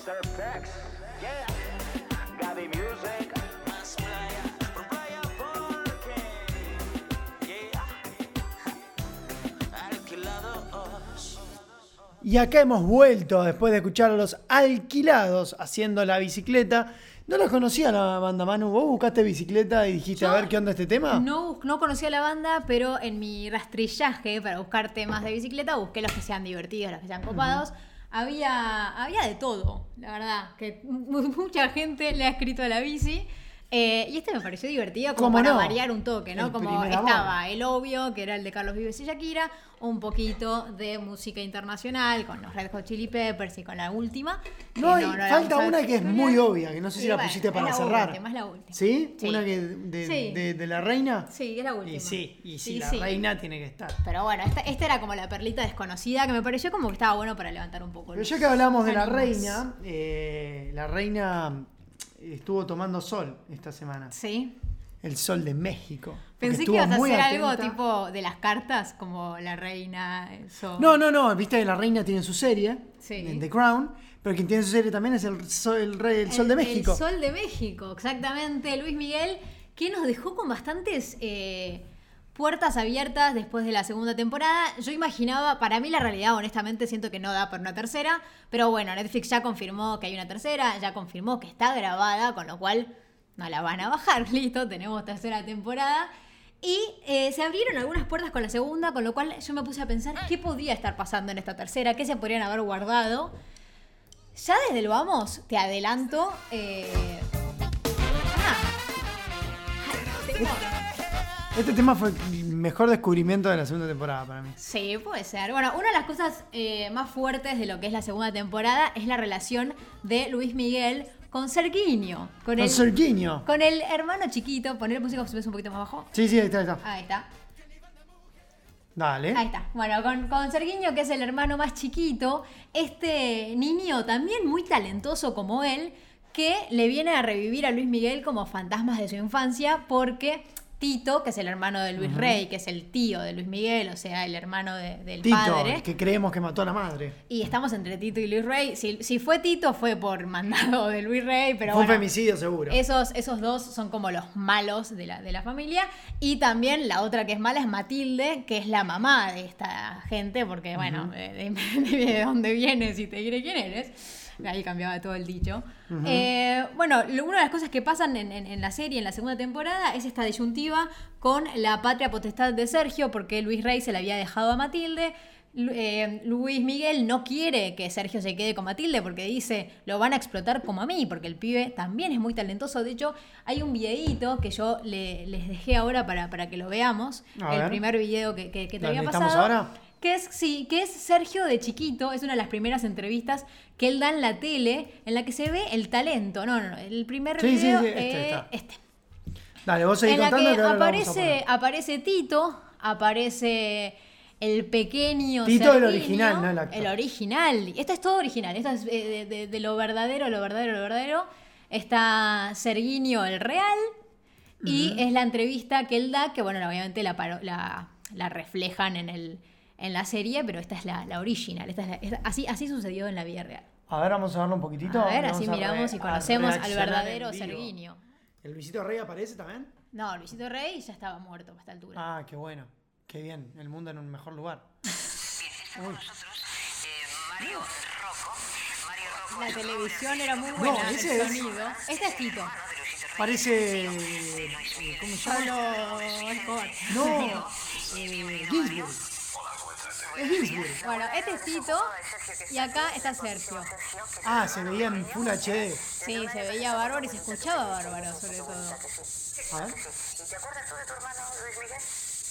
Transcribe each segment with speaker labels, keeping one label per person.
Speaker 1: Rex. Yeah. Gaby Music.
Speaker 2: Más playa, por playa porque yeah. Alquilados.
Speaker 3: Y acá hemos vuelto después de escuchar a los alquilados haciendo la bicicleta. ¿No los conocía la banda Manu? ¿Vos buscaste bicicleta y dijiste a
Speaker 4: Yo
Speaker 3: ver qué onda este tema?
Speaker 4: No, bus- no conocía la banda, pero en mi rastrillaje para buscar temas de bicicleta busqué los que sean divertidos, los que sean copados. había, había de todo, la verdad, que mu- mucha gente le ha escrito a la bici. Eh, y este me pareció divertido como
Speaker 3: ¿Cómo
Speaker 4: para
Speaker 3: no?
Speaker 4: variar un toque, ¿no?
Speaker 3: El
Speaker 4: como
Speaker 3: primer amor.
Speaker 4: estaba el obvio, que era el de Carlos Vives y Shakira, un poquito de música internacional con los Red Hot Chili Peppers y con la última. que
Speaker 3: No, hay-
Speaker 4: la
Speaker 3: falta
Speaker 4: vamos a
Speaker 3: una que es muy
Speaker 4: mencionar.
Speaker 3: obvia, que no sé si
Speaker 4: Y
Speaker 3: la
Speaker 4: bueno,
Speaker 3: pusiste
Speaker 4: es
Speaker 3: para
Speaker 4: la
Speaker 3: cerrar.
Speaker 4: última, es la última.
Speaker 3: ¿Sí?
Speaker 4: Sí.
Speaker 3: ¿Una que de,
Speaker 4: Sí.
Speaker 3: de- de la reina?
Speaker 4: Sí, es la última.
Speaker 3: Y sí, y sí,
Speaker 4: Y
Speaker 3: la reina tiene que estar.
Speaker 4: Pero bueno, esta, esta era como la perlita desconocida que me pareció como que estaba bueno para levantar un poco.
Speaker 3: Pero
Speaker 4: los
Speaker 3: ya que hablamos de la
Speaker 4: ánimos.
Speaker 3: reina, eh, la reina estuvo tomando sol esta semana.
Speaker 4: Sí.
Speaker 3: El sol de México. porque
Speaker 4: Pensé
Speaker 3: estuvo
Speaker 4: que ibas a
Speaker 3: muy
Speaker 4: hacer algo
Speaker 3: atenta.
Speaker 4: tipo de las cartas, como la reina, el sol.
Speaker 3: No, no, no. Viste que la reina tiene su serie,
Speaker 4: Sí.
Speaker 3: en The Crown, pero quien tiene su serie también es el sol, el rey- el sol de México.
Speaker 4: El sol de México, exactamente. Luis Miguel, que nos dejó con bastantes eh, puertas abiertas después de la segunda temporada. Yo imaginaba, para mí la realidad, honestamente, siento que no da para una tercera. Pero bueno, Netflix ya confirmó que hay una tercera, ya confirmó que está grabada, con lo cual no la van a bajar. Listo, tenemos tercera temporada. Y eh, se abrieron algunas puertas con la segunda, con lo cual yo me puse a pensar qué podía estar pasando en esta tercera, qué se podrían haber guardado. Ya desde el vamos, te adelanto. eh, ah. Ay, tengo-
Speaker 3: Este tema fue el mejor descubrimiento de la segunda temporada para mí.
Speaker 4: Sí, puede ser. Bueno, una de las cosas eh, más fuertes de lo que es la segunda temporada es la relación de Luis Miguel con Serginho. Con,
Speaker 3: Con
Speaker 4: el,
Speaker 3: Serginho.
Speaker 4: con el hermano chiquito. Poner música si ves un poquito más abajo.
Speaker 3: Sí, sí, ahí está, ahí está.
Speaker 4: Ahí está.
Speaker 3: Dale.
Speaker 4: Ahí está. Bueno, con, con Serginho, que es el hermano más chiquito, este niño también muy talentoso como él, que le viene a revivir a Luis Miguel como fantasmas de su infancia, porque Tito, que es el hermano de Luis Rey, que es el tío de Luis Miguel, o sea, el hermano de- del
Speaker 3: Tito,
Speaker 4: padre.
Speaker 3: el que creemos que mató a la madre.
Speaker 4: Y estamos entre Tito y Luis Rey. Si, si fue Tito, fue por mandado de Luis Rey, pero
Speaker 3: fue un
Speaker 4: bueno.
Speaker 3: femicidio seguro.
Speaker 4: Esos, esos dos son como los malos de la, de la familia. Y también la otra que es mala es Matilde, que es la mamá de esta gente, porque bueno, eh, depende de dónde vienes y te diré quién eres. Ahí cambiaba todo el dicho. Eh, bueno, lo- una de las cosas que pasan en, en- en la serie, en la segunda temporada, es esta disyuntiva con la patria potestad de Sergio, porque Luis Rey se la había dejado a Matilde. Lu- eh, Luis Miguel no quiere que Sergio se quede con Matilde porque dice, lo van a explotar como a mí, porque el pibe también es muy talentoso. De hecho, hay un videíto que yo le- les dejé ahora para, para que lo veamos.
Speaker 3: A
Speaker 4: el
Speaker 3: ver.
Speaker 4: primer video que, que- que te
Speaker 3: ¿Lo
Speaker 4: había
Speaker 3: necesitamos
Speaker 4: pasado.
Speaker 3: ahora?
Speaker 4: Que es, sí, que es Sergio de chiquito, es una de las primeras entrevistas que él da en la tele, en la que se ve el talento. No, no, no, el primer
Speaker 3: Sí, sí,
Speaker 4: video
Speaker 3: sí, este,
Speaker 4: eh,
Speaker 3: está.
Speaker 4: este
Speaker 3: Dale, vos seguís
Speaker 4: en la
Speaker 3: contando
Speaker 4: que
Speaker 3: que ahora lo vamos a
Speaker 4: aparece,
Speaker 3: poner.
Speaker 4: aparece Tito, aparece el pequeño.
Speaker 3: Tito, el
Speaker 4: Serginio,
Speaker 3: original, no el actor.
Speaker 4: El original. Esto es todo original. Esto es eh, de, de- de lo verdadero, lo verdadero, lo verdadero. Está Serginio, el real. Y es la entrevista que él da, que bueno, obviamente la, paro- la, la reflejan en, el, en la serie, pero esta es la, la original. Esta es la- esta- así, así sucedió en la vida real.
Speaker 3: A ver, vamos a verlo un poquitito.
Speaker 4: A ver,
Speaker 3: Vamos
Speaker 4: así
Speaker 3: re-
Speaker 4: miramos y
Speaker 3: a
Speaker 4: conocemos al
Speaker 3: reaccionar
Speaker 4: verdadero
Speaker 3: en vivo.
Speaker 4: Serginio.
Speaker 3: ¿El Luisito Rey aparece también?
Speaker 4: No, Luisito Rey ya estaba muerto a esta altura.
Speaker 3: Ah, qué bueno. Qué bien. El mundo en un mejor lugar.
Speaker 2: Mario Rocco, Mario Rocco,
Speaker 4: La televisión era muy buena,
Speaker 3: ese
Speaker 4: el
Speaker 3: es-
Speaker 4: sonido. Este es Tito.
Speaker 3: Parece. eh, ¿Cómo se llama?
Speaker 4: Pablo Escobar.
Speaker 3: No. eh, Ginsburg. Es Ginsburg.
Speaker 4: Bueno, este es Tito y acá está Sergio.
Speaker 3: Ah, se veía en Full HD.
Speaker 4: Sí, se veía bárbaro y se escuchaba bárbaro, sobre todo.
Speaker 2: ¿Eh?
Speaker 3: A ver.
Speaker 2: ¿Y te acuerdas tú de tu hermano Luis Miguel?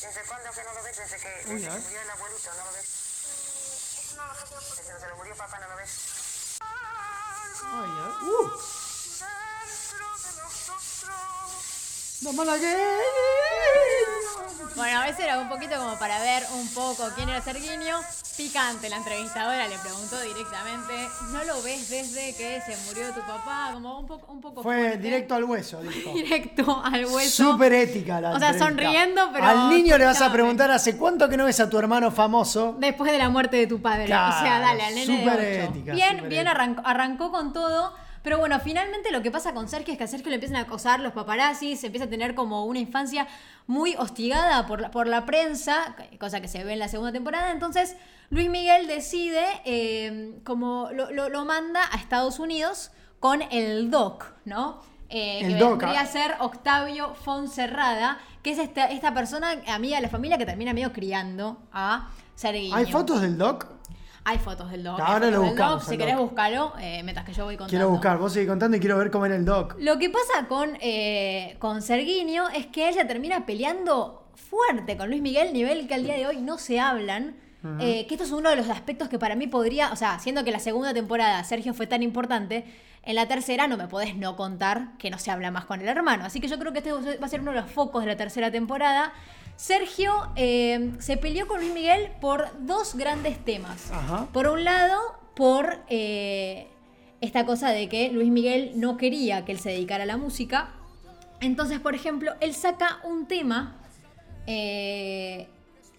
Speaker 2: ¿Desde cuándo que no lo ves? Desde que desde
Speaker 3: Uy,
Speaker 2: que
Speaker 3: a ver.
Speaker 2: murió el abuelito, ¿no lo ves? Desde que se Mm, lo murió papá, ¿no lo ves?
Speaker 3: Ay, a ver. Uh. No mala que-
Speaker 4: Bueno, a veces era un poquito como para ver un poco quién era Serginio. Picante, la entrevistadora le preguntó directamente, ¿no lo ves desde que se murió tu papá? Como un poco, un poco
Speaker 3: Fue
Speaker 4: fuerte.
Speaker 3: directo al hueso, dijo.
Speaker 4: Directo al hueso.
Speaker 3: Súper ética la
Speaker 4: O sea,
Speaker 3: entrevista.
Speaker 4: sonriendo, pero
Speaker 3: Al niño le vas a
Speaker 4: escúchame.
Speaker 3: preguntar hace cuánto que no ves a tu hermano famoso.
Speaker 4: Después de la muerte de tu padre. o sea,
Speaker 3: Claro,
Speaker 4: dale, al nene de
Speaker 3: súper
Speaker 4: ocho.
Speaker 3: ética,
Speaker 4: Bien,
Speaker 3: súper
Speaker 4: bien
Speaker 3: ética.
Speaker 4: arrancó, arrancó con todo. Pero bueno, finalmente lo que pasa con Sergio es que a Sergio lo empiezan a acosar los paparazzis, empieza a tener como una infancia muy hostigada por la, por la prensa, cosa que se ve en la segunda temporada. Entonces, Luis Miguel decide, eh, como lo, lo- lo manda a Estados Unidos con el DOC, ¿no? Eh,
Speaker 3: El
Speaker 4: que
Speaker 3: Doc,
Speaker 4: vendría
Speaker 3: ah.
Speaker 4: a ser Octavio Fonserrada, que es esta, esta persona amiga de la familia que termina medio criando a Serguiño.
Speaker 3: ¿Hay fotos del doc?
Speaker 4: Hay fotos del dog.
Speaker 3: Ahora
Speaker 4: hay
Speaker 3: lo
Speaker 4: fotos del
Speaker 3: buscamos,
Speaker 4: dog. Si
Speaker 3: el
Speaker 4: querés
Speaker 3: dog.
Speaker 4: buscarlo, eh, mientras que yo voy contando.
Speaker 3: Quiero buscar, vos seguís contando y quiero ver cómo era el doc.
Speaker 4: Lo que pasa con, eh, con Serginio es que ella termina peleando fuerte con Luis Miguel, nivel que al día de hoy no se hablan. Eh, que esto es uno de los aspectos que para mí podría, o sea, siendo que la segunda temporada Sergio fue tan importante, en la tercera no me podés no contar que no se habla más con el hermano. Así que yo creo que este va a ser uno de los focos de la tercera temporada. Sergio eh, se peleó con Luis Miguel por dos grandes temas.
Speaker 3: Ajá.
Speaker 4: Por un lado, por eh, esta cosa de que Luis Miguel no quería que él se dedicara a la música. Entonces, por ejemplo, él saca un tema eh,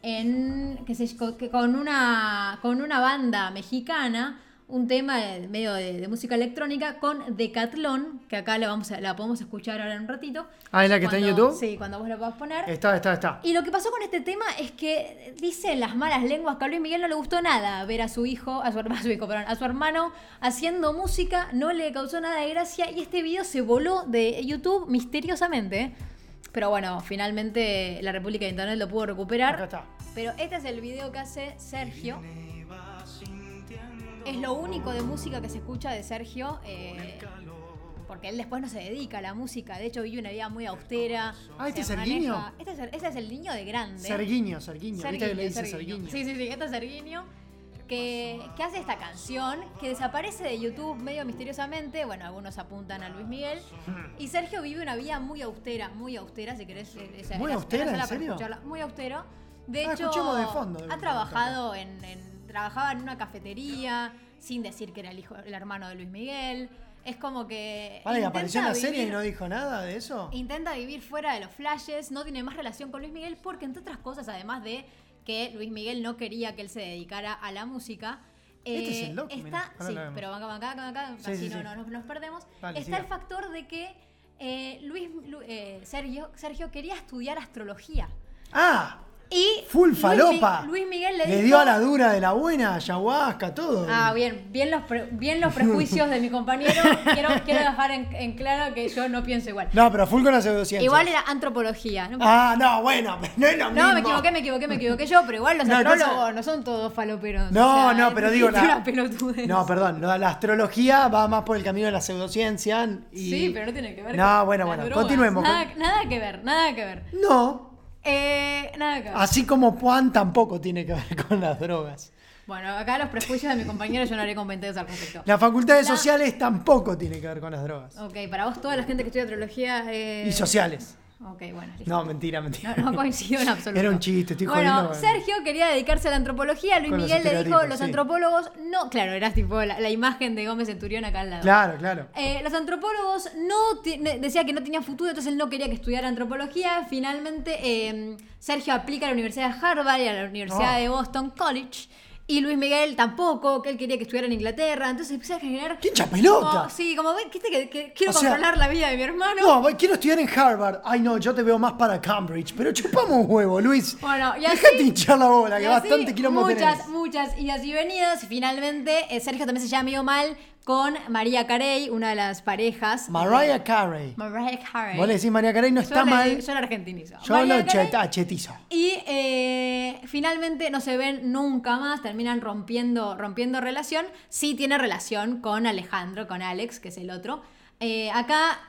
Speaker 4: en, qué sé yo, que con, una, con una banda mexicana, un tema de- medio de, de música electrónica con Decathlon, que acá la, vamos a- la podemos escuchar ahora en un ratito.
Speaker 3: Ah, ¿es la que está en
Speaker 4: Cuando-
Speaker 3: YouTube?
Speaker 4: Sí, cuando vos lo puedas poner.
Speaker 3: Está, está, está.
Speaker 4: Y lo que pasó con este tema es que dicen las malas lenguas que a Luis Miguel no le gustó nada ver a su hijo, a su, herma- a su hijo, perdón, a su hermano haciendo música, no le causó nada de gracia y este video se voló de YouTube misteriosamente. Pero bueno, finalmente la República de Internet lo pudo
Speaker 3: Acá
Speaker 4: recuperar.
Speaker 3: está.
Speaker 4: Pero este es el video que hace Sergio. Es lo único de música que se escucha de Sergio. eh, porque él después no se dedica a la música. De hecho, vive una vida muy austera.
Speaker 3: Ah, ¿este
Speaker 4: se
Speaker 3: es el
Speaker 4: maneja-
Speaker 3: niño?
Speaker 4: Este es el, este es el niño de grande.
Speaker 3: Serguiño, Serguiño. ¿Viste que le dice
Speaker 4: Serguiño.
Speaker 3: Serguiño?
Speaker 4: Sí, sí, sí. Este es Serguiño. Que, que hace esta canción, que desaparece de YouTube medio misteriosamente. Bueno, algunos apuntan a Luis Miguel. Y Sergio vive una vida muy austera, muy austera, si querés. eh, esa-
Speaker 3: ¿Muy
Speaker 4: la- la
Speaker 3: austera, en
Speaker 4: sala para
Speaker 3: serio?
Speaker 4: escucharla. Muy austero. De
Speaker 3: Ah,
Speaker 4: hecho,
Speaker 3: escuchemos de fondo, de
Speaker 4: ha
Speaker 3: fondo,
Speaker 4: trabajado en, en- trabajaba en una cafetería sin decir que era el hijo, el hermano de Luis Miguel. Es como que
Speaker 3: Vale,
Speaker 4: intenta
Speaker 3: apareció en la serie y
Speaker 4: vivir-
Speaker 3: no dijo nada de eso.
Speaker 4: Intenta vivir fuera de los flashes, no tiene más relación con Luis Miguel porque entre otras cosas, además de que Luis Miguel no quería que él se dedicara a la música. eh,
Speaker 3: Este es el docu,
Speaker 4: está,
Speaker 3: mirá, ahora
Speaker 4: sí,
Speaker 3: lo vemos.
Speaker 4: pero banca, banca, banca, banca,
Speaker 3: Sí, sí,
Speaker 4: así no,
Speaker 3: sí.
Speaker 4: no nos, nos perdemos.
Speaker 3: Dale,
Speaker 4: está el
Speaker 3: siga.
Speaker 4: factor de que eh, Luis Lu- eh, Sergio, Sergio quería estudiar astrología.
Speaker 3: ¡Ah!
Speaker 4: Y
Speaker 3: ¡Full
Speaker 4: Luis Mi-
Speaker 3: falopa!
Speaker 4: Luis Miguel le, dijo-
Speaker 3: dio a la dura de la buena, ayahuasca, todo.
Speaker 4: Ah, bien, bien los, pre- bien los prejuicios de mi compañero. Quiero, quiero dejar en, en claro que yo no pienso igual.
Speaker 3: No, pero full con la pseudociencia.
Speaker 4: Igual era antropología. No,
Speaker 3: Ah, no, bueno, no es lo mismo.
Speaker 4: No, me equivoqué, me equivoqué, me equivoqué yo, pero igual los
Speaker 3: No,
Speaker 4: astrólogos
Speaker 3: entonces-
Speaker 4: no son todos faloperos.
Speaker 3: No,
Speaker 4: o sea,
Speaker 3: no, pero digo
Speaker 4: es
Speaker 3: la-
Speaker 4: una pelotudez.
Speaker 3: No, perdón, la, la astrología va más por el camino de la pseudociencia. y-
Speaker 4: Sí, pero no tiene que ver
Speaker 3: No,
Speaker 4: con
Speaker 3: bueno,
Speaker 4: las
Speaker 3: bueno,
Speaker 4: drogas.
Speaker 3: continuemos.
Speaker 4: Nada, nada que ver, nada que ver.
Speaker 3: No,
Speaker 4: Eh, nada que ver.
Speaker 3: así como Juan tampoco tiene que ver con las drogas.
Speaker 4: Bueno, acá los prejuicios de mi compañero yo no haré comentarios al respecto.
Speaker 3: Las facultades
Speaker 4: La-
Speaker 3: sociales tampoco tiene que ver con las drogas.
Speaker 4: Ok, para vos toda la gente que estudia astrología... Eh...
Speaker 3: Y sociales.
Speaker 4: Ok, bueno, listo.
Speaker 3: No, mentira,
Speaker 4: No,
Speaker 3: mentira.
Speaker 4: no coincido en absoluto.
Speaker 3: Era un chiste, estoy
Speaker 4: Bueno,
Speaker 3: jodiendo con-
Speaker 4: Sergio quería dedicarse a la antropología, Luis
Speaker 3: Con los
Speaker 4: Miguel le dijo,
Speaker 3: estereotipos,
Speaker 4: los
Speaker 3: sí.
Speaker 4: antropólogos, no, claro, eras tipo la, la imagen de Gómez Centurión acá al lado.
Speaker 3: Claro, claro.
Speaker 4: Eh, los antropólogos no ti- ne- decía que no tenía futuro, entonces él no quería que estudiara antropología. Finalmente, eh, Sergio aplica a la Universidad de Harvard y a la Universidad
Speaker 3: Ah.
Speaker 4: de Boston College. Y Luis Miguel tampoco, que él quería que estudiara en Inglaterra. Entonces empieza a generar.
Speaker 3: ¡Qué hincha pelota!
Speaker 4: Como- sí, como "Ve, ¿viste que, que quiero
Speaker 3: O sea-
Speaker 4: controlar la vida de mi hermano.
Speaker 3: No, voy- quiero estudiar en Harvard. Ay, no, yo te veo más para Cambridge. Pero chupamos un huevo, Luis.
Speaker 4: Bueno, y así-
Speaker 3: Dejate hinchar la bola, que
Speaker 4: Y así,
Speaker 3: bastante quilombo
Speaker 4: Muchas,
Speaker 3: tenés.
Speaker 4: muchas idas y venidas. Finalmente, eh, Sergio también se llama medio mal con María Carey, una de las parejas.
Speaker 3: Mariah Carey.
Speaker 4: Mariah Carey.
Speaker 3: Vos le decís Mariah Carey, no
Speaker 4: Yo
Speaker 3: está
Speaker 4: le-
Speaker 3: mal.
Speaker 4: Yo la argentinizo.
Speaker 3: Yo
Speaker 4: Mariah
Speaker 3: lo ah,
Speaker 4: Carey,
Speaker 3: chet- achetizo.
Speaker 4: Y eh, finalmente no se ven nunca más, terminan rompiendo, rompiendo relación. Sí tiene relación con Alejandro, con Alex, que es el otro. Eh, acá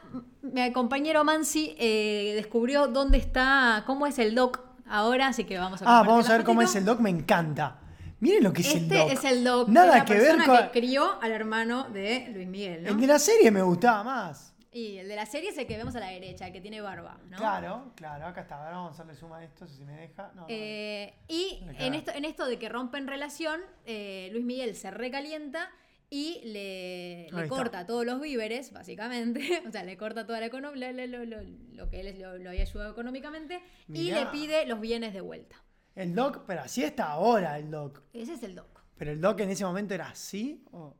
Speaker 4: mi compañero Mansi eh, descubrió dónde está, cómo es el doc ahora, así que vamos a
Speaker 3: Ah,
Speaker 4: compartir
Speaker 3: vamos a
Speaker 4: la
Speaker 3: ver cómo es
Speaker 4: fotito.
Speaker 3: el doc, me encanta. Miren lo que es el
Speaker 4: Este
Speaker 3: doc.
Speaker 4: es el doc. es
Speaker 3: Nada
Speaker 4: la
Speaker 3: que ver
Speaker 4: persona
Speaker 3: con.
Speaker 4: que crió al hermano de Luis Miguel,
Speaker 3: El
Speaker 4: ¿no?
Speaker 3: de la serie me gustaba más.
Speaker 4: Y el de la serie es el que vemos a la derecha, el que tiene barba, ¿no?
Speaker 3: Claro, claro, acá está. Ahora vamos a hacerle suma a esto, si me deja. No, no.
Speaker 4: Eh, y
Speaker 3: Acá.
Speaker 4: en esto, en esto de que rompen relación, eh, Luis Miguel se recalienta y le, le
Speaker 3: Ahí está.
Speaker 4: corta todos los víveres, básicamente. O sea, le corta toda la econo- la- la- lo, lo- lo que él lo, lo había ayudado económicamente y
Speaker 3: Mirá.
Speaker 4: le pide los bienes de vuelta.
Speaker 3: El doc, pero así está ahora el doc.
Speaker 4: Ese es el doc.
Speaker 3: Pero el doc en ese momento era así. o-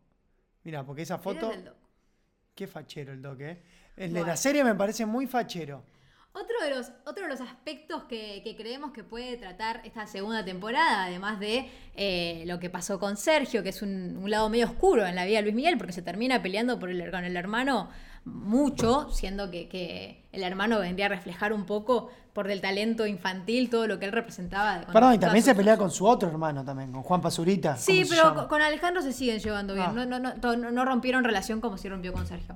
Speaker 3: Mira, porque esa
Speaker 4: Ese
Speaker 3: foto.
Speaker 4: es el doc.
Speaker 3: Qué fachero el toque, ¿eh? El de la
Speaker 4: Bueno.
Speaker 3: serie me parece muy fachero.
Speaker 4: Otro de los, otro de los aspectos que, que creemos que puede tratar esta segunda temporada, además de eh, lo que pasó con Sergio, que es un, un lado medio oscuro en la vida de Luis Miguel, porque se termina peleando por el, con el hermano mucho, siendo que, que el hermano vendría a reflejar un poco por del talento infantil todo lo que él representaba. de- con
Speaker 3: Perdón, y
Speaker 4: respecto a
Speaker 3: también se
Speaker 4: su-
Speaker 3: pelea con su otro hermano también, con Juan Pazurita.
Speaker 4: Sí,
Speaker 3: ¿cómo se
Speaker 4: pero
Speaker 3: llama?
Speaker 4: co- con Alejandro se siguen llevando bien.
Speaker 3: Ah.
Speaker 4: No, no, no, to- no- no rompieron relación como si rompió con Sergio.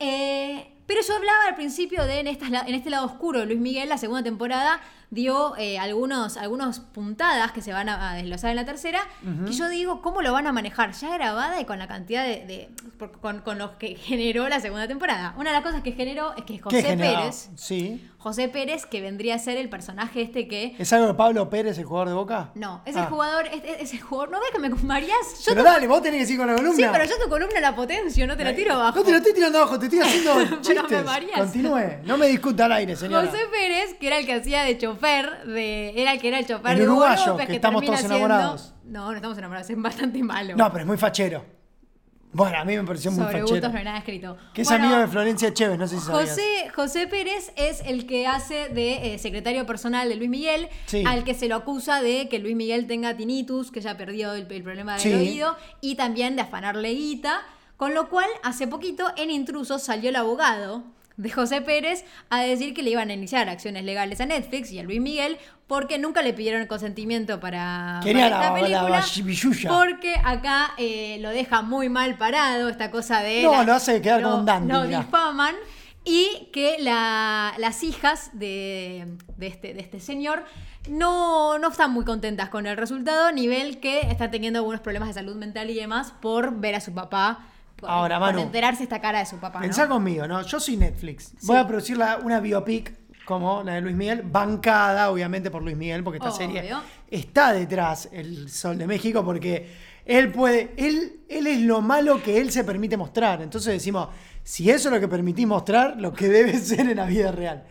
Speaker 4: Eh, pero yo hablaba al principio de en, estas la- en este lado oscuro. Luis Miguel, la segunda temporada, dio eh, algunos, algunos puntadas que se van a, a desglosar en la tercera. Que yo digo, ¿cómo lo van a manejar? Ya grabada y con la cantidad de. de- por- con, con los que generó la segunda temporada. Una de las cosas que generó es que
Speaker 3: Qué
Speaker 4: José
Speaker 3: generado.
Speaker 4: Pérez.
Speaker 3: Sí.
Speaker 4: José Pérez, que vendría a ser el personaje este que
Speaker 3: ¿Es algo de Pablo Pérez, el jugador de Boca?
Speaker 4: no, es
Speaker 3: Ah.
Speaker 4: el jugador, es, es- es el jugador. ¿No ves que me marías? Yo
Speaker 3: Pero
Speaker 4: tu-
Speaker 3: dale, vos tenés que decir con la columna.
Speaker 4: sí, pero yo tu columna la potencio, no te la tiro abajo.
Speaker 3: No te lo estoy tirando abajo, te estoy haciendo
Speaker 4: Pero
Speaker 3: chistes.
Speaker 4: me mareás.
Speaker 3: Continúe, no me discuta al aire, señora.
Speaker 4: José Pérez, que era el que hacía de chofer, de, era el que era el chofer
Speaker 3: El
Speaker 4: de Hugo
Speaker 3: uruguayo,
Speaker 4: López,
Speaker 3: que estamos
Speaker 4: termina
Speaker 3: todos
Speaker 4: siendo-
Speaker 3: enamorados.
Speaker 4: No, no estamos enamorados, es bastante malo.
Speaker 3: No, pero es muy fachero. Bueno, a mí me pareció muy
Speaker 4: Sobre
Speaker 3: fachero.
Speaker 4: gustos no hay nada escrito.
Speaker 3: Que es
Speaker 4: Bueno,
Speaker 3: amigo de Florencia Chévez, no sé si sabías.
Speaker 4: José, José Pérez es el que hace de eh, secretario personal de Luis Miguel,
Speaker 3: Sí.
Speaker 4: al que se lo acusa de que Luis Miguel tenga tinnitus, que ya perdió el, el problema del
Speaker 3: Sí.
Speaker 4: oído, y también de afanarle guita. Con lo cual, hace poquito en Intrusos salió el abogado de José Pérez a decir que le iban a iniciar acciones legales a Netflix y a Luis Miguel porque nunca le pidieron consentimiento para,
Speaker 3: Quería
Speaker 4: para
Speaker 3: la- la bachibiyuya.
Speaker 4: porque acá eh, lo deja muy mal parado esta cosa de...
Speaker 3: No,
Speaker 4: la-
Speaker 3: lo hace quedar como un dandy,
Speaker 4: Lo
Speaker 3: mirá.
Speaker 4: difaman y que la- las hijas de, de este, de este señor no, no están muy contentas con el resultado, nivel que está teniendo algunos problemas de salud mental y demás por ver a su papá, por,
Speaker 3: Ahora,
Speaker 4: por
Speaker 3: Manu,
Speaker 4: enterarse esta cara de su papá. ¿no?
Speaker 3: Pensá conmigo, ¿no? Yo soy Netflix. Voy a producir la- una biopic como la de Luis Miguel, bancada obviamente por Luis Miguel, porque esta
Speaker 4: Obvio.
Speaker 3: serie está detrás el Sol de México, porque él puede, él, él es lo malo que él se permite mostrar. Entonces decimos, si eso es lo que permitís mostrar, lo que debe ser en la vida real.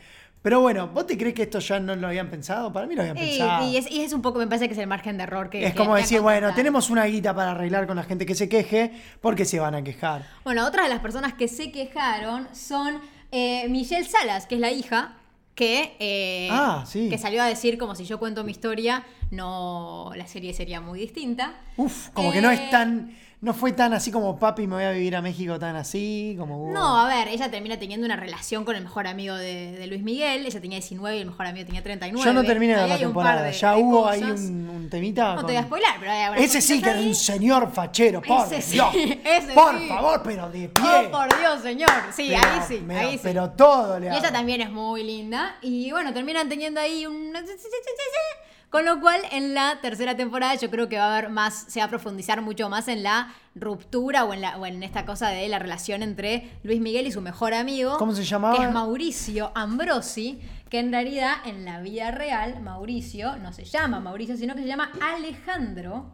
Speaker 3: Pero bueno, ¿vos te crees que esto ya no lo habían pensado? Para mí lo habían
Speaker 4: Y,
Speaker 3: pensado.
Speaker 4: y es, y es un poco, me parece que es el margen de error que
Speaker 3: es
Speaker 4: que
Speaker 3: como
Speaker 4: está
Speaker 3: decir, bueno,
Speaker 4: contestado.
Speaker 3: tenemos una guita para arreglar con la gente que se queje, porque se van a quejar.
Speaker 4: Bueno, otras de las personas que se quejaron son eh, Michelle Salas, que es la hija, que, eh,
Speaker 3: Ah, sí.
Speaker 4: que salió a decir como si yo cuento mi historia, no la serie sería muy distinta.
Speaker 3: Uf, como que no
Speaker 4: Eh,
Speaker 3: es tan. No fue tan así como papi, me voy a vivir a México tan así, como. uh,
Speaker 4: No, a ver, ella termina teniendo una relación con el mejor amigo de, de Luis Miguel. Ella tenía 19 y el mejor amigo tenía 39.
Speaker 3: Yo no terminé
Speaker 4: Ahí
Speaker 3: de ver la
Speaker 4: hay un par
Speaker 3: temporada.
Speaker 4: de-
Speaker 3: ya
Speaker 4: de
Speaker 3: hubo ahí
Speaker 4: cosas.
Speaker 3: un, un temita.
Speaker 4: No te
Speaker 3: con-
Speaker 4: voy a spoiler, pero hay algunas
Speaker 3: Ese sí
Speaker 4: cositas
Speaker 3: que era
Speaker 4: ahí.
Speaker 3: un señor fachero, por
Speaker 4: Ese sí,
Speaker 3: Dios.
Speaker 4: ese
Speaker 3: por
Speaker 4: sí.
Speaker 3: favor, pero de pie.
Speaker 4: Oh, por Dios, señor. Sí,
Speaker 3: Pero-
Speaker 4: ahí sí,
Speaker 3: pero-
Speaker 4: ahí sí.
Speaker 3: Pero todo le
Speaker 4: Y ella
Speaker 3: hago.
Speaker 4: también es muy linda. Y bueno, terminan teniendo ahí un... Con lo cual, en la tercera temporada yo creo que va a haber más, se va a profundizar mucho más en la ruptura o en, la, o en esta cosa de la relación entre Luis Miguel y su mejor amigo.
Speaker 3: ¿Cómo se llamaba?
Speaker 4: Que es Mauricio Ambrosi, que en realidad en la vida real Mauricio no se llama Mauricio, sino que se llama Alejandro.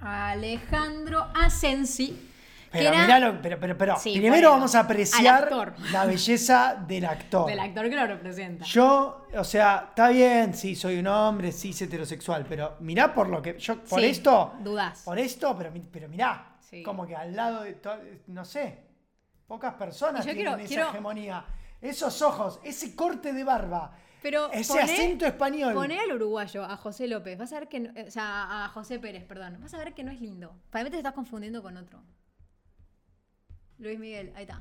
Speaker 4: Alejandro Asensi. que
Speaker 3: Pero
Speaker 4: era-
Speaker 3: mirá lo- pero, pero, pero
Speaker 4: Sí,
Speaker 3: primero
Speaker 4: bueno,
Speaker 3: vamos a
Speaker 4: al
Speaker 3: apreciar
Speaker 4: actor.
Speaker 3: la belleza del actor.
Speaker 4: Del actor que lo representa.
Speaker 3: Yo, o sea, está bien, sí, soy un hombre, sí, es heterosexual, pero mirá por lo que. Yo, por
Speaker 4: Sí,
Speaker 3: esto.
Speaker 4: dudás.
Speaker 3: Por esto, pero, mi- pero mirá.
Speaker 4: Sí.
Speaker 3: Como que al lado de. to- No sé. Pocas personas
Speaker 4: Y yo
Speaker 3: tienen
Speaker 4: quiero-
Speaker 3: esa
Speaker 4: quiero-
Speaker 3: hegemonía. Esos ojos, ese corte de barba.
Speaker 4: Pero
Speaker 3: ese
Speaker 4: poné-
Speaker 3: acento español.
Speaker 4: Poner al uruguayo, a José López, vas a ver que. no- eh, o sea, a José Pérez, perdón. Vas a ver que no es lindo. Para mí te estás confundiendo con otro. Luis Miguel, ahí está.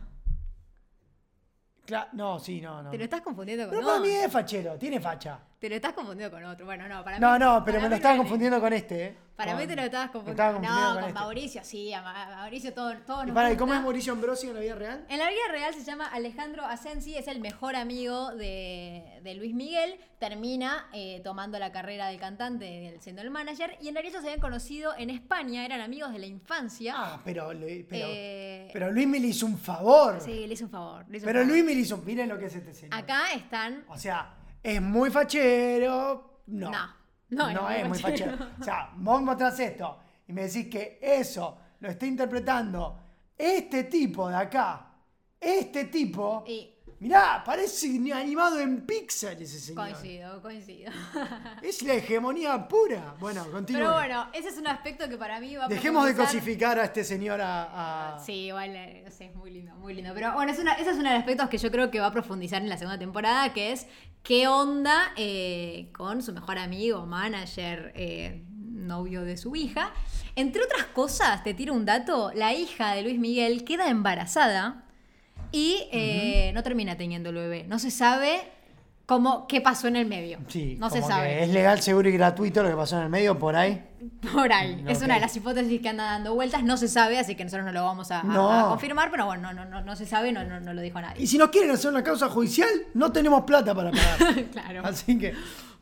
Speaker 3: Cla- no, sí, no, no.
Speaker 4: Te lo estás confundiendo con
Speaker 3: Pero
Speaker 4: otro.
Speaker 3: para mí es fachero, tiene facha.
Speaker 4: Te lo estás confundiendo con otro. Bueno, no, para
Speaker 3: No,
Speaker 4: mí.
Speaker 3: no, pero
Speaker 4: para
Speaker 3: me
Speaker 4: mí
Speaker 3: lo estaba
Speaker 4: no es-
Speaker 3: confundiendo con este, ¿eh?
Speaker 4: Para mí
Speaker 3: Con-
Speaker 4: te lo estabas
Speaker 3: me
Speaker 4: confundiendo.
Speaker 3: estaba confundiendo
Speaker 4: no, con,
Speaker 3: este.
Speaker 4: Mauricio, sí. A, Ma- a Mauricio todo, todo
Speaker 3: ¿Y
Speaker 4: nos
Speaker 3: para, ¿y cómo
Speaker 4: gusta.
Speaker 3: es Mauricio Ambrosio en la vida real?
Speaker 4: En la vida real se llama Alejandro Asensi, es el mejor amigo de, de Luis Miguel, termina eh, tomando la carrera del cantante, el- siendo el manager, y en realidad ellos se habían conocido en España, eran amigos de la infancia.
Speaker 3: Ah, pero, le- pero,
Speaker 4: Eh,
Speaker 3: pero Luis me le hizo un favor.
Speaker 4: Sí, le hice un favor. le hice un
Speaker 3: Pero
Speaker 4: favor.
Speaker 3: Luis me le hizo, miren lo que es este señor.
Speaker 4: Acá están...
Speaker 3: O sea, es muy fachero. No.
Speaker 4: No, no es muy
Speaker 3: es muy
Speaker 4: fachero.
Speaker 3: fachero. O sea, vos mostrás esto y me decís que eso lo está interpretando este tipo de acá. Este tipo.
Speaker 4: y-
Speaker 3: Mirá, parece animado en Pixar ese
Speaker 4: Pues
Speaker 3: señor.
Speaker 4: Coincido, coincido.
Speaker 3: Es la hegemonía pura. Bueno, continúa.
Speaker 4: Pero bueno, ese es un aspecto que para mí va a
Speaker 3: Dejemos de
Speaker 4: profundizar-
Speaker 3: cosificar a este señor a. a-
Speaker 4: Sí, igual, eh, no sé, es muy lindo, muy lindo. Pero bueno, es una, ese es uno de los aspectos que yo creo que va a profundizar en la segunda temporada, que es qué onda eh, con su mejor amigo, manager, eh, novio de su hija. Entre otras cosas, te tiro un dato, la hija de Luis Miguel queda embarazada y eh, no termina teniendo el bebé. No se sabe cómo, qué pasó en el medio.
Speaker 3: Sí,
Speaker 4: no se
Speaker 3: como que
Speaker 4: sabe.
Speaker 3: Es legal, seguro y gratuito lo que pasó en el medio por ahí.
Speaker 4: Por ahí. Es
Speaker 3: Mm, Ok.
Speaker 4: una de las hipótesis que anda dando vueltas. No se sabe, así que nosotros no lo vamos a, a-
Speaker 3: No.
Speaker 4: a confirmar, pero bueno, no, no, no, no se sabe, no, no, no lo dijo
Speaker 3: Y
Speaker 4: nadie.
Speaker 3: si nos quieren hacer una causa judicial, no tenemos plata para pagar.
Speaker 4: Claro.
Speaker 3: Así que.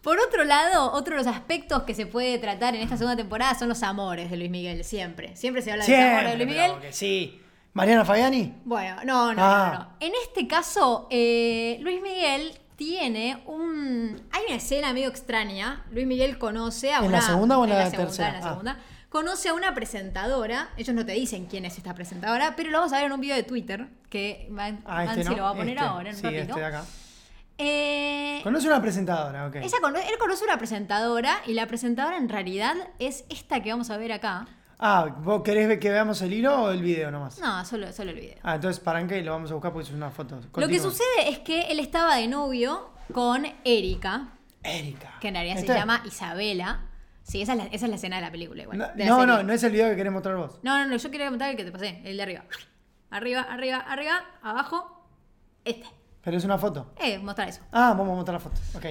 Speaker 4: Por otro lado, otro de los aspectos que se puede tratar en esta segunda temporada son los amores de Luis Miguel, siempre. Siempre se habla de los amores de
Speaker 3: Siempre,
Speaker 4: Luis Miguel.
Speaker 3: pero que sí. Mariana Fabiani.
Speaker 4: Bueno, no, no,
Speaker 3: Ah.
Speaker 4: no, no. En este caso, eh, Luis Miguel tiene un. Hay una escena medio extraña. Luis Miguel conoce a
Speaker 3: ¿En
Speaker 4: una.
Speaker 3: la segunda o en la
Speaker 4: segunda,
Speaker 3: tercera?
Speaker 4: en la
Speaker 3: Ah.
Speaker 4: segunda. Conoce a una presentadora. Ellos no te dicen quién es esta presentadora, pero lo vamos a ver en un video de Twitter que Man-
Speaker 3: Ah, este
Speaker 4: Mansi
Speaker 3: no.
Speaker 4: lo va a poner
Speaker 3: Este.
Speaker 4: ahora en un
Speaker 3: Sí,
Speaker 4: ratito.
Speaker 3: este de acá.
Speaker 4: Eh,
Speaker 3: Conoce una presentadora, ok.
Speaker 4: ella cono- él conoce una presentadora y la presentadora en realidad es esta que vamos a ver acá.
Speaker 3: Ah, ¿vos querés ver que veamos el hilo o el video nomás?
Speaker 4: No, solo, solo el video.
Speaker 3: Ah, entonces paranca y lo vamos a buscar porque es una foto.
Speaker 4: Lo que
Speaker 3: Continúa.
Speaker 4: sucede es que él estaba de novio con Erika,
Speaker 3: Erika.
Speaker 4: que en realidad
Speaker 3: ¿Este?
Speaker 4: se llama Isabela. Sí, esa es la, esa es la escena de la película igual.
Speaker 3: No,
Speaker 4: de la
Speaker 3: no,
Speaker 4: serie.
Speaker 3: no, no es el video que querés mostrar vos.
Speaker 4: No, no, no, yo quería contar el que te pasé, el de arriba. Arriba, arriba, arriba, abajo, este.
Speaker 3: Pero es una foto.
Speaker 4: Eh, mostrar eso.
Speaker 3: Ah, vamos a mostrar la foto. Ok.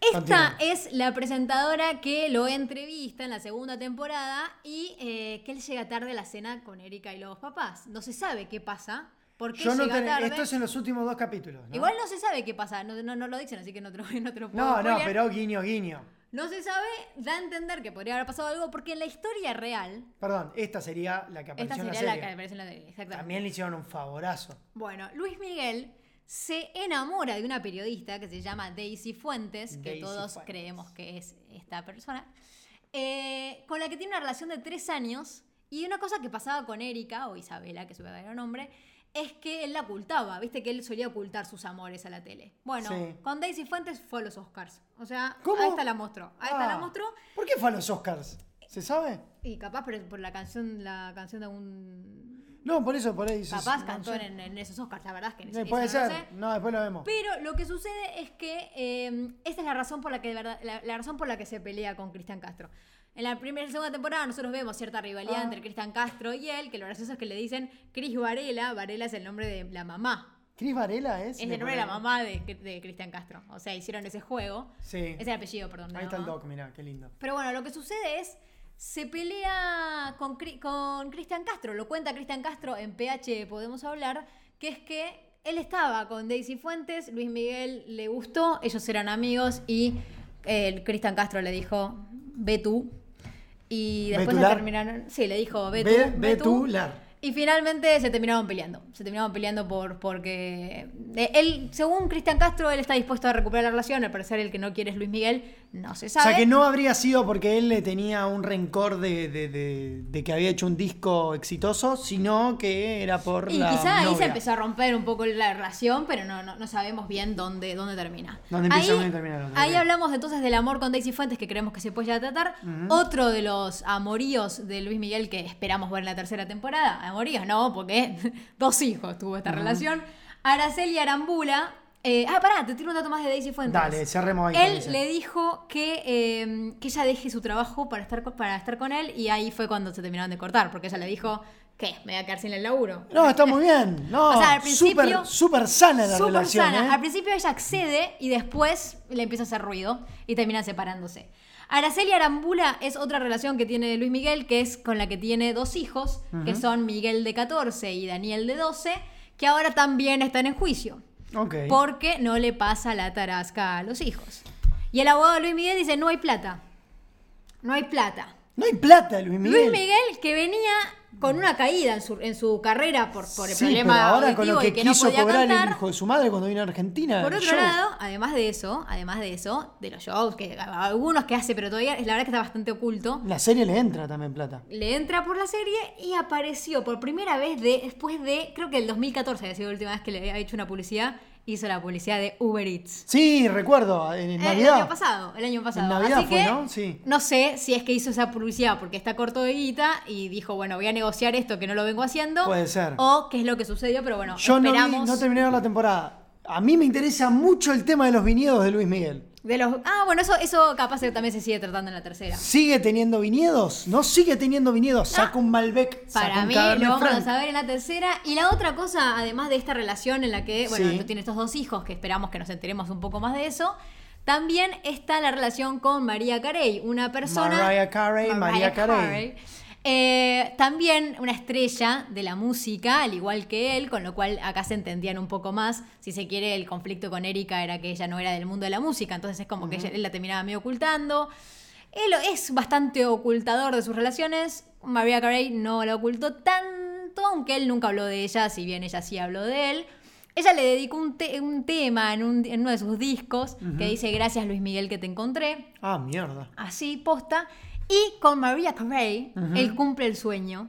Speaker 4: Esta
Speaker 3: Continúa.
Speaker 4: es la presentadora que lo entrevista en la segunda temporada y eh, que él llega tarde a la cena con Erika y los papás. No se sabe qué pasa, por qué
Speaker 3: Yo no
Speaker 4: llega
Speaker 3: ten-
Speaker 4: tarde.
Speaker 3: Esto es en los últimos dos capítulos. ¿no?
Speaker 4: Igual no se sabe qué pasa, no, no, no lo dicen, así que no te lo, no te lo puedo
Speaker 3: No, no,
Speaker 4: spoilear.
Speaker 3: pero guiño, guiño.
Speaker 4: No se sabe, da a entender que podría haber pasado algo porque en la historia real,
Speaker 3: Perdón, esta sería la que apareció
Speaker 4: esta sería
Speaker 3: en la
Speaker 4: la,
Speaker 3: serie.
Speaker 4: que aparece en la serie, exactamente.
Speaker 3: También le hicieron un favorazo.
Speaker 4: Bueno, Luis Miguel se enamora de una periodista que se llama Daisy Fuentes, que
Speaker 3: Daisy
Speaker 4: todos
Speaker 3: Fuentes.
Speaker 4: creemos que es esta persona, eh, con la que tiene una relación de tres años y una cosa que pasaba con Erika o Isabela, que es su verdadero nombre, es que él la ocultaba, viste que él solía ocultar sus amores a la tele. Bueno,
Speaker 3: Sí.
Speaker 4: con Daisy Fuentes fue a los Oscars. O sea,
Speaker 3: ¿Cómo?
Speaker 4: ahí está la mostró. Ahí está la
Speaker 3: Ah,
Speaker 4: mostró.
Speaker 3: ¿Por qué fue a los Oscars? ¿Se sabe?
Speaker 4: Y capaz por, por la canción, la canción de un.
Speaker 3: No, por eso, por ahí. eso es-
Speaker 4: Capaz
Speaker 3: no
Speaker 4: cantó
Speaker 3: sé.
Speaker 4: en, en esos Oscars, la verdad es que en
Speaker 3: Sí,
Speaker 4: ese
Speaker 3: puede
Speaker 4: eso no
Speaker 3: ser.
Speaker 4: lo sé.
Speaker 3: No, después lo vemos.
Speaker 4: Pero lo que sucede es que eh, esta es la razón por la que de verdad- la, la razón por la que se pelea con Cristian Castro. En la primera y segunda temporada nosotros vemos cierta rivalidad
Speaker 3: Ah.
Speaker 4: entre Cristian Castro y él, que lo gracioso es que le dicen Cris Varela, Varela es el nombre de la mamá.
Speaker 3: Cris Varela es.
Speaker 4: Es el nombre de la mamá de, de Cristian Castro. O sea, hicieron ese juego.
Speaker 3: Sí.
Speaker 4: Es el apellido, perdón. de la
Speaker 3: Ahí está el
Speaker 4: mamá.
Speaker 3: doc, mirá, qué lindo.
Speaker 4: Pero bueno, lo que sucede es. Se pelea con, Cri- con Cristian Castro, lo cuenta Cristian Castro en PH Podemos Hablar, que es que él estaba con Daisy Fuentes, Luis Miguel le gustó, ellos eran amigos y eh, Cristian Castro le dijo, ve tú. Y después se
Speaker 3: Betular.
Speaker 4: terminaron, sí, le dijo, ve tú.
Speaker 3: Ve,
Speaker 4: ve
Speaker 3: ve tú, Lar.
Speaker 4: y finalmente se terminaron peleando. Se terminaron peleando por porque eh, él, según Cristian Castro, él está dispuesto a recuperar la relación. Al parecer el que no quiere es Luis Miguel. No se
Speaker 3: O
Speaker 4: sabe.
Speaker 3: sea que no habría sido porque él le tenía un rencor de, de- de- de que había hecho un disco exitoso, sino que era por.
Speaker 4: y
Speaker 3: la
Speaker 4: quizá ahí
Speaker 3: novia.
Speaker 4: se empezó a romper un poco la relación, pero no, no, no sabemos bien dónde, dónde termina.
Speaker 3: Dónde empieza,
Speaker 4: ahí,
Speaker 3: dónde termina el otro,
Speaker 4: ahí
Speaker 3: ok.
Speaker 4: hablamos entonces del amor con Daisy Fuentes que creemos que se puede llegar a tratar. Otro de los amoríos de Luis Miguel que esperamos ver en la tercera temporada. Amoríos no, porque dos hijos tuvo esta relación. Araceli Arambula. eh, ah, pará, te tiro un dato más de Daisy Fuentes.
Speaker 3: Dale, cerremos ahí. con
Speaker 4: Él
Speaker 3: ese.
Speaker 4: le dijo que, eh, que ella deje su trabajo para estar, co- para estar con él y ahí fue cuando se terminaron de cortar, porque ella le dijo, ¿qué? Me voy a quedar sin el laburo.
Speaker 3: No, está muy bien. No,
Speaker 4: O sea, al principio-
Speaker 3: súper súper sana la
Speaker 4: Súper
Speaker 3: relación.
Speaker 4: sana.
Speaker 3: ¿eh?
Speaker 4: Al principio ella accede y después le empieza a hacer ruido y terminan separándose. Araceli Arambula es otra relación que tiene Luis Miguel, que es con la que tiene dos hijos, que son Miguel de 14 y Daniel de 12, que ahora también están en juicio,
Speaker 3: Ok.
Speaker 4: porque no le pasa la tarasca a los hijos. Y el abogado de Luis Miguel dice, no hay plata, no hay plata.
Speaker 3: No hay plata, Luis Miguel.
Speaker 4: Luis Miguel que venía con una caída en su, en su carrera por, por el
Speaker 3: sí,
Speaker 4: problema
Speaker 3: pero ahora con
Speaker 4: auditivo
Speaker 3: lo que,
Speaker 4: y que
Speaker 3: quiso
Speaker 4: no podía
Speaker 3: cobrar
Speaker 4: cantar.
Speaker 3: el hijo de su madre cuando vino a Argentina.
Speaker 4: Por
Speaker 3: el
Speaker 4: otro
Speaker 3: show.
Speaker 4: lado, además de eso, además de eso, de los shows, que algunos que hace, pero todavía es la verdad que está bastante oculto,
Speaker 3: La serie le entra también plata.
Speaker 4: le entra por la serie y apareció por primera vez de, después de, creo que el 2014 había sido la última vez que le había hecho una publicidad hizo la publicidad de Uber Eats.
Speaker 3: Sí, recuerdo, en, en
Speaker 4: Eh, El
Speaker 3: Navidad.
Speaker 4: año pasado, el año pasado.
Speaker 3: En Navidad
Speaker 4: Así
Speaker 3: fue,
Speaker 4: que,
Speaker 3: ¿no? Sí.
Speaker 4: sé si es que hizo esa publicidad porque está corto de guita y dijo, bueno, voy a negociar esto que no lo vengo haciendo.
Speaker 3: Puede ser.
Speaker 4: O qué es lo que sucedió, pero bueno,
Speaker 3: Yo no, vi-
Speaker 4: esperamos.
Speaker 3: no terminé de ver la temporada. A mí me interesa mucho el tema de los viñedos de Luis Miguel.
Speaker 4: de los... Ah, bueno, eso, eso capaz que también se sigue tratando en la tercera.
Speaker 3: ¿Sigue teniendo viñedos? No sigue teniendo viñedos. Saca un Malbec, saca
Speaker 4: Para
Speaker 3: un
Speaker 4: mí
Speaker 3: Cabernet
Speaker 4: lo vamos
Speaker 3: Franc.
Speaker 4: a saber en la tercera. Y la otra cosa, además de esta relación en la que, bueno,
Speaker 3: Sí.
Speaker 4: tú tienes estos dos hijos, que esperamos que nos enteremos un poco más de eso, también está la relación con María Carey, una persona...
Speaker 3: Mariah Carey, Mariah Carey.
Speaker 4: Eh, también una estrella de la música, al igual que él, con lo cual acá se entendían un poco más. Si se quiere, el conflicto con Erika era que ella no era del mundo de la música, entonces es como que ella- él la terminaba medio ocultando. Él es bastante ocultador de sus relaciones. Mariah Carey no la ocultó tanto, aunque él nunca habló de ella, si bien ella sí habló de él. Ella le dedicó un, te- un tema en, un- en uno de sus discos que dice Gracias Luis Miguel que te encontré
Speaker 3: Ah, mierda.
Speaker 4: así posta. Y con Maria Carey, él cumple el sueño.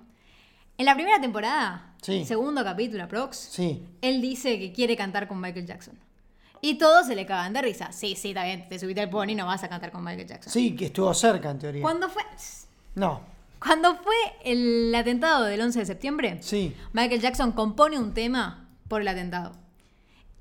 Speaker 4: En la primera temporada,
Speaker 3: Sí.
Speaker 4: segundo capítulo, prox,
Speaker 3: Sí.
Speaker 4: él dice que quiere cantar con Michael Jackson. Y todos se le cagan de risa. Sí, sí, está bien, te subiste al pony, no vas a cantar con Michael Jackson.
Speaker 3: Sí, que estuvo cerca en teoría.
Speaker 4: Cuando fue,
Speaker 3: No.
Speaker 4: cuando fue el atentado del 11 de septiembre,
Speaker 3: Sí.
Speaker 4: Michael Jackson compone un tema por el atentado.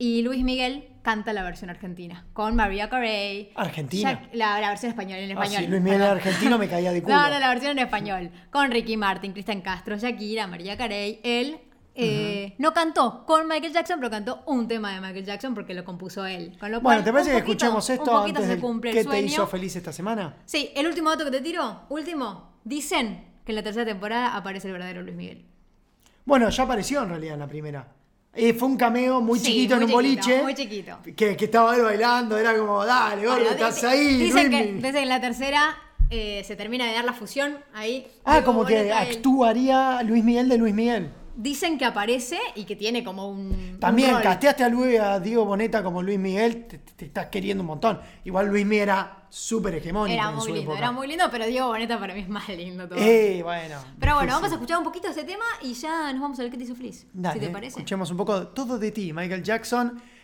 Speaker 4: Y Luis Miguel canta la versión argentina, con María Carey.
Speaker 3: Argentina.
Speaker 4: Jack- la, la versión española, en
Speaker 3: Ah,
Speaker 4: español.
Speaker 3: sí, Luis Miguel
Speaker 4: perdón.
Speaker 3: argentino me caía de culo.
Speaker 4: No, no, la versión en español. Con Ricky Martin, Cristian Castro, Shakira, María Carey. Él eh, no cantó con Michael Jackson, pero cantó un tema de Michael Jackson porque lo compuso él. Con lo
Speaker 3: Bueno,
Speaker 4: cual,
Speaker 3: ¿te parece
Speaker 4: un
Speaker 3: que
Speaker 4: poquito-
Speaker 3: escuchemos
Speaker 4: un
Speaker 3: esto
Speaker 4: poquito
Speaker 3: antes
Speaker 4: se
Speaker 3: del
Speaker 4: cumple el
Speaker 3: qué te
Speaker 4: sueño?
Speaker 3: hizo feliz esta semana?
Speaker 4: Sí, el último dato que te tiro, último. Dicen que en la tercera temporada aparece el verdadero Luis Miguel.
Speaker 3: Bueno, ya apareció en realidad en la primera. Eh, fue un cameo muy
Speaker 4: Sí,
Speaker 3: chiquito
Speaker 4: muy
Speaker 3: en un
Speaker 4: chiquito,
Speaker 3: boliche.
Speaker 4: muy chiquito.
Speaker 3: Que, que estaba él bailando, era como, dale, gordo,
Speaker 4: Bueno,
Speaker 3: estás
Speaker 4: dice-
Speaker 3: ahí.
Speaker 4: Dicen que,
Speaker 3: Luismi.
Speaker 4: dicen que en la tercera eh, se termina de dar la fusión ahí.
Speaker 3: ah,
Speaker 4: Diego
Speaker 3: como que
Speaker 4: Boneta, él.
Speaker 3: actuaría Luis Miguel de Luis Miguel.
Speaker 4: Dicen que aparece y que tiene como un. un
Speaker 3: También
Speaker 4: rol.
Speaker 3: casteaste a, Luis, a Diego Boneta como Luis Miguel, te, te- te estás queriendo un montón. Igual Luis Miguel era súper hegemónico.
Speaker 4: Era
Speaker 3: en
Speaker 4: muy
Speaker 3: su
Speaker 4: lindo,
Speaker 3: época.
Speaker 4: era muy lindo, pero Diego Boneta para mí es más lindo todo.
Speaker 3: Eh, bueno.
Speaker 4: pero bueno,
Speaker 3: difícil.
Speaker 4: vamos a escuchar un poquito de ese tema y ya nos vamos a ver qué te hizo feliz.
Speaker 3: Dale,
Speaker 4: si te parece.
Speaker 3: Escuchemos un poco todo de ti, Michael Jackson.